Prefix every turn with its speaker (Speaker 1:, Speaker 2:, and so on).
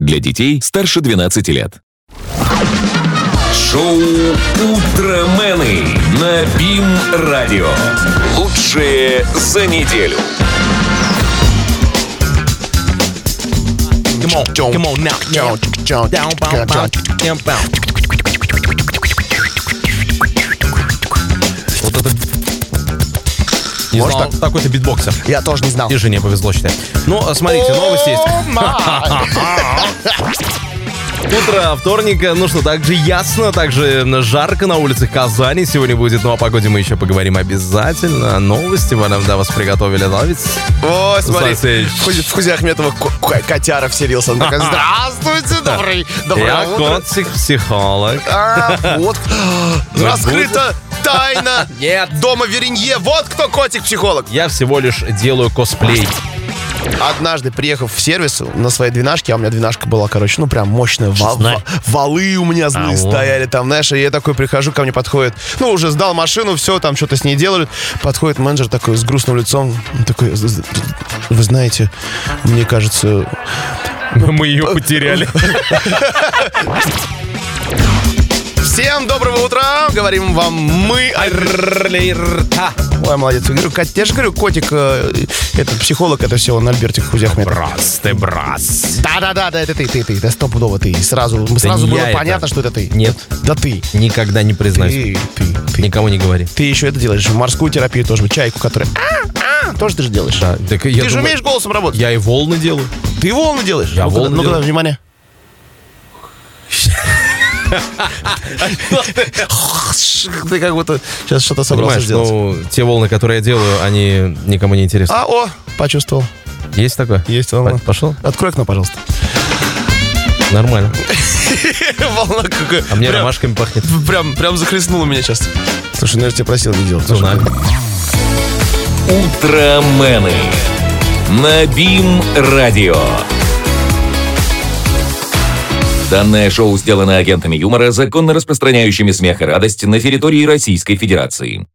Speaker 1: Для детей старше 12 лет.
Speaker 2: Шоу «Утромены» на БИМ-радио. Лучшее за неделю.
Speaker 3: Come on, come on now. Down, down, down, down, down, down, down.
Speaker 4: Вот это... Не
Speaker 3: Можно
Speaker 4: знал, такой-то битбоксер.
Speaker 3: Я тоже не знал.
Speaker 4: И жене повезло, считай. Ну, а смотрите, новость есть. Утро вторника, ну что, так же ясно, так же жарко на улицах Казани сегодня будет. Ну, о погоде мы еще поговорим обязательно. Новости мы нам для вас приготовили. Ловец.
Speaker 3: О, смотри,
Speaker 4: Сосед.
Speaker 3: в Хузи- в Хузе Ахметова ко- ко- котяра вселился. Он такой, здравствуйте, добрый,
Speaker 4: Я
Speaker 3: доброе утро.
Speaker 4: котик-психолог.
Speaker 3: А, Вот, раскрыта тайна
Speaker 4: Нет.
Speaker 3: дома Веренье. Вот кто котик-психолог.
Speaker 4: Я всего лишь делаю косплей.
Speaker 3: Однажды, приехав в сервис на своей двенашке, а у меня двенашка была, короче, ну прям мощная. вал- ва- валы у меня злые
Speaker 4: А, вот.
Speaker 3: стояли там, знаешь, и я такой прихожу, ко мне подходит, ну, уже сдал машину, все, там что-то с ней делают. Подходит менеджер такой с грустным лицом, он такой, «З- з- вы знаете, мне кажется,
Speaker 4: Мы ее потеряли.
Speaker 3: Всем доброго утра! Говорим вам мы. Ай, Ой, молодец. Я, говорю, Кать, я же говорю, котик, э, этот психолог, это все, он Альбертик Хузяхмет.
Speaker 4: Брас, ты брас.
Speaker 3: Да-да-да, да, это ты, ты, ты, да, стопудово ты. И Сразу, сразу
Speaker 4: не
Speaker 3: было
Speaker 4: я это.
Speaker 3: понятно, что это ты.
Speaker 4: Нет.
Speaker 3: Да ты.
Speaker 4: Никогда не признаюсь.
Speaker 3: Ты, ты, ты.
Speaker 4: Никому не говори.
Speaker 3: Ты еще это делаешь, в морскую терапию тоже, чайку, которая... «А, а», тоже ты же делаешь.
Speaker 4: Да, так я
Speaker 3: ты же
Speaker 4: думаю,
Speaker 3: умеешь голосом работать.
Speaker 4: Я и волны делаю.
Speaker 3: Ты волны делаешь.
Speaker 4: Я
Speaker 3: Ну-ка,
Speaker 4: волны
Speaker 3: Ну-ка,
Speaker 4: делаю.
Speaker 3: внимание. Ты как будто сейчас что-то собрался
Speaker 4: Понимаешь,
Speaker 3: сделать.
Speaker 4: ну, те волны, которые я делаю, они никому не интересны.
Speaker 3: А, о, почувствовал.
Speaker 4: Есть такое?
Speaker 3: Есть волна.
Speaker 4: П- Пошел?
Speaker 3: Открой окно, пожалуйста.
Speaker 4: Нормально.
Speaker 3: Волна какая.
Speaker 4: А мне
Speaker 3: прям,
Speaker 4: ромашками пахнет.
Speaker 3: прям, прям захлестнула меня сейчас. Слушай, ну я же тебя просил не делать.
Speaker 4: Цунами.
Speaker 2: «Утромены» на БИМ-радио. Данное шоу сделано агентами юмора, законно распространяющими смех и радость на территории Российской Федерации.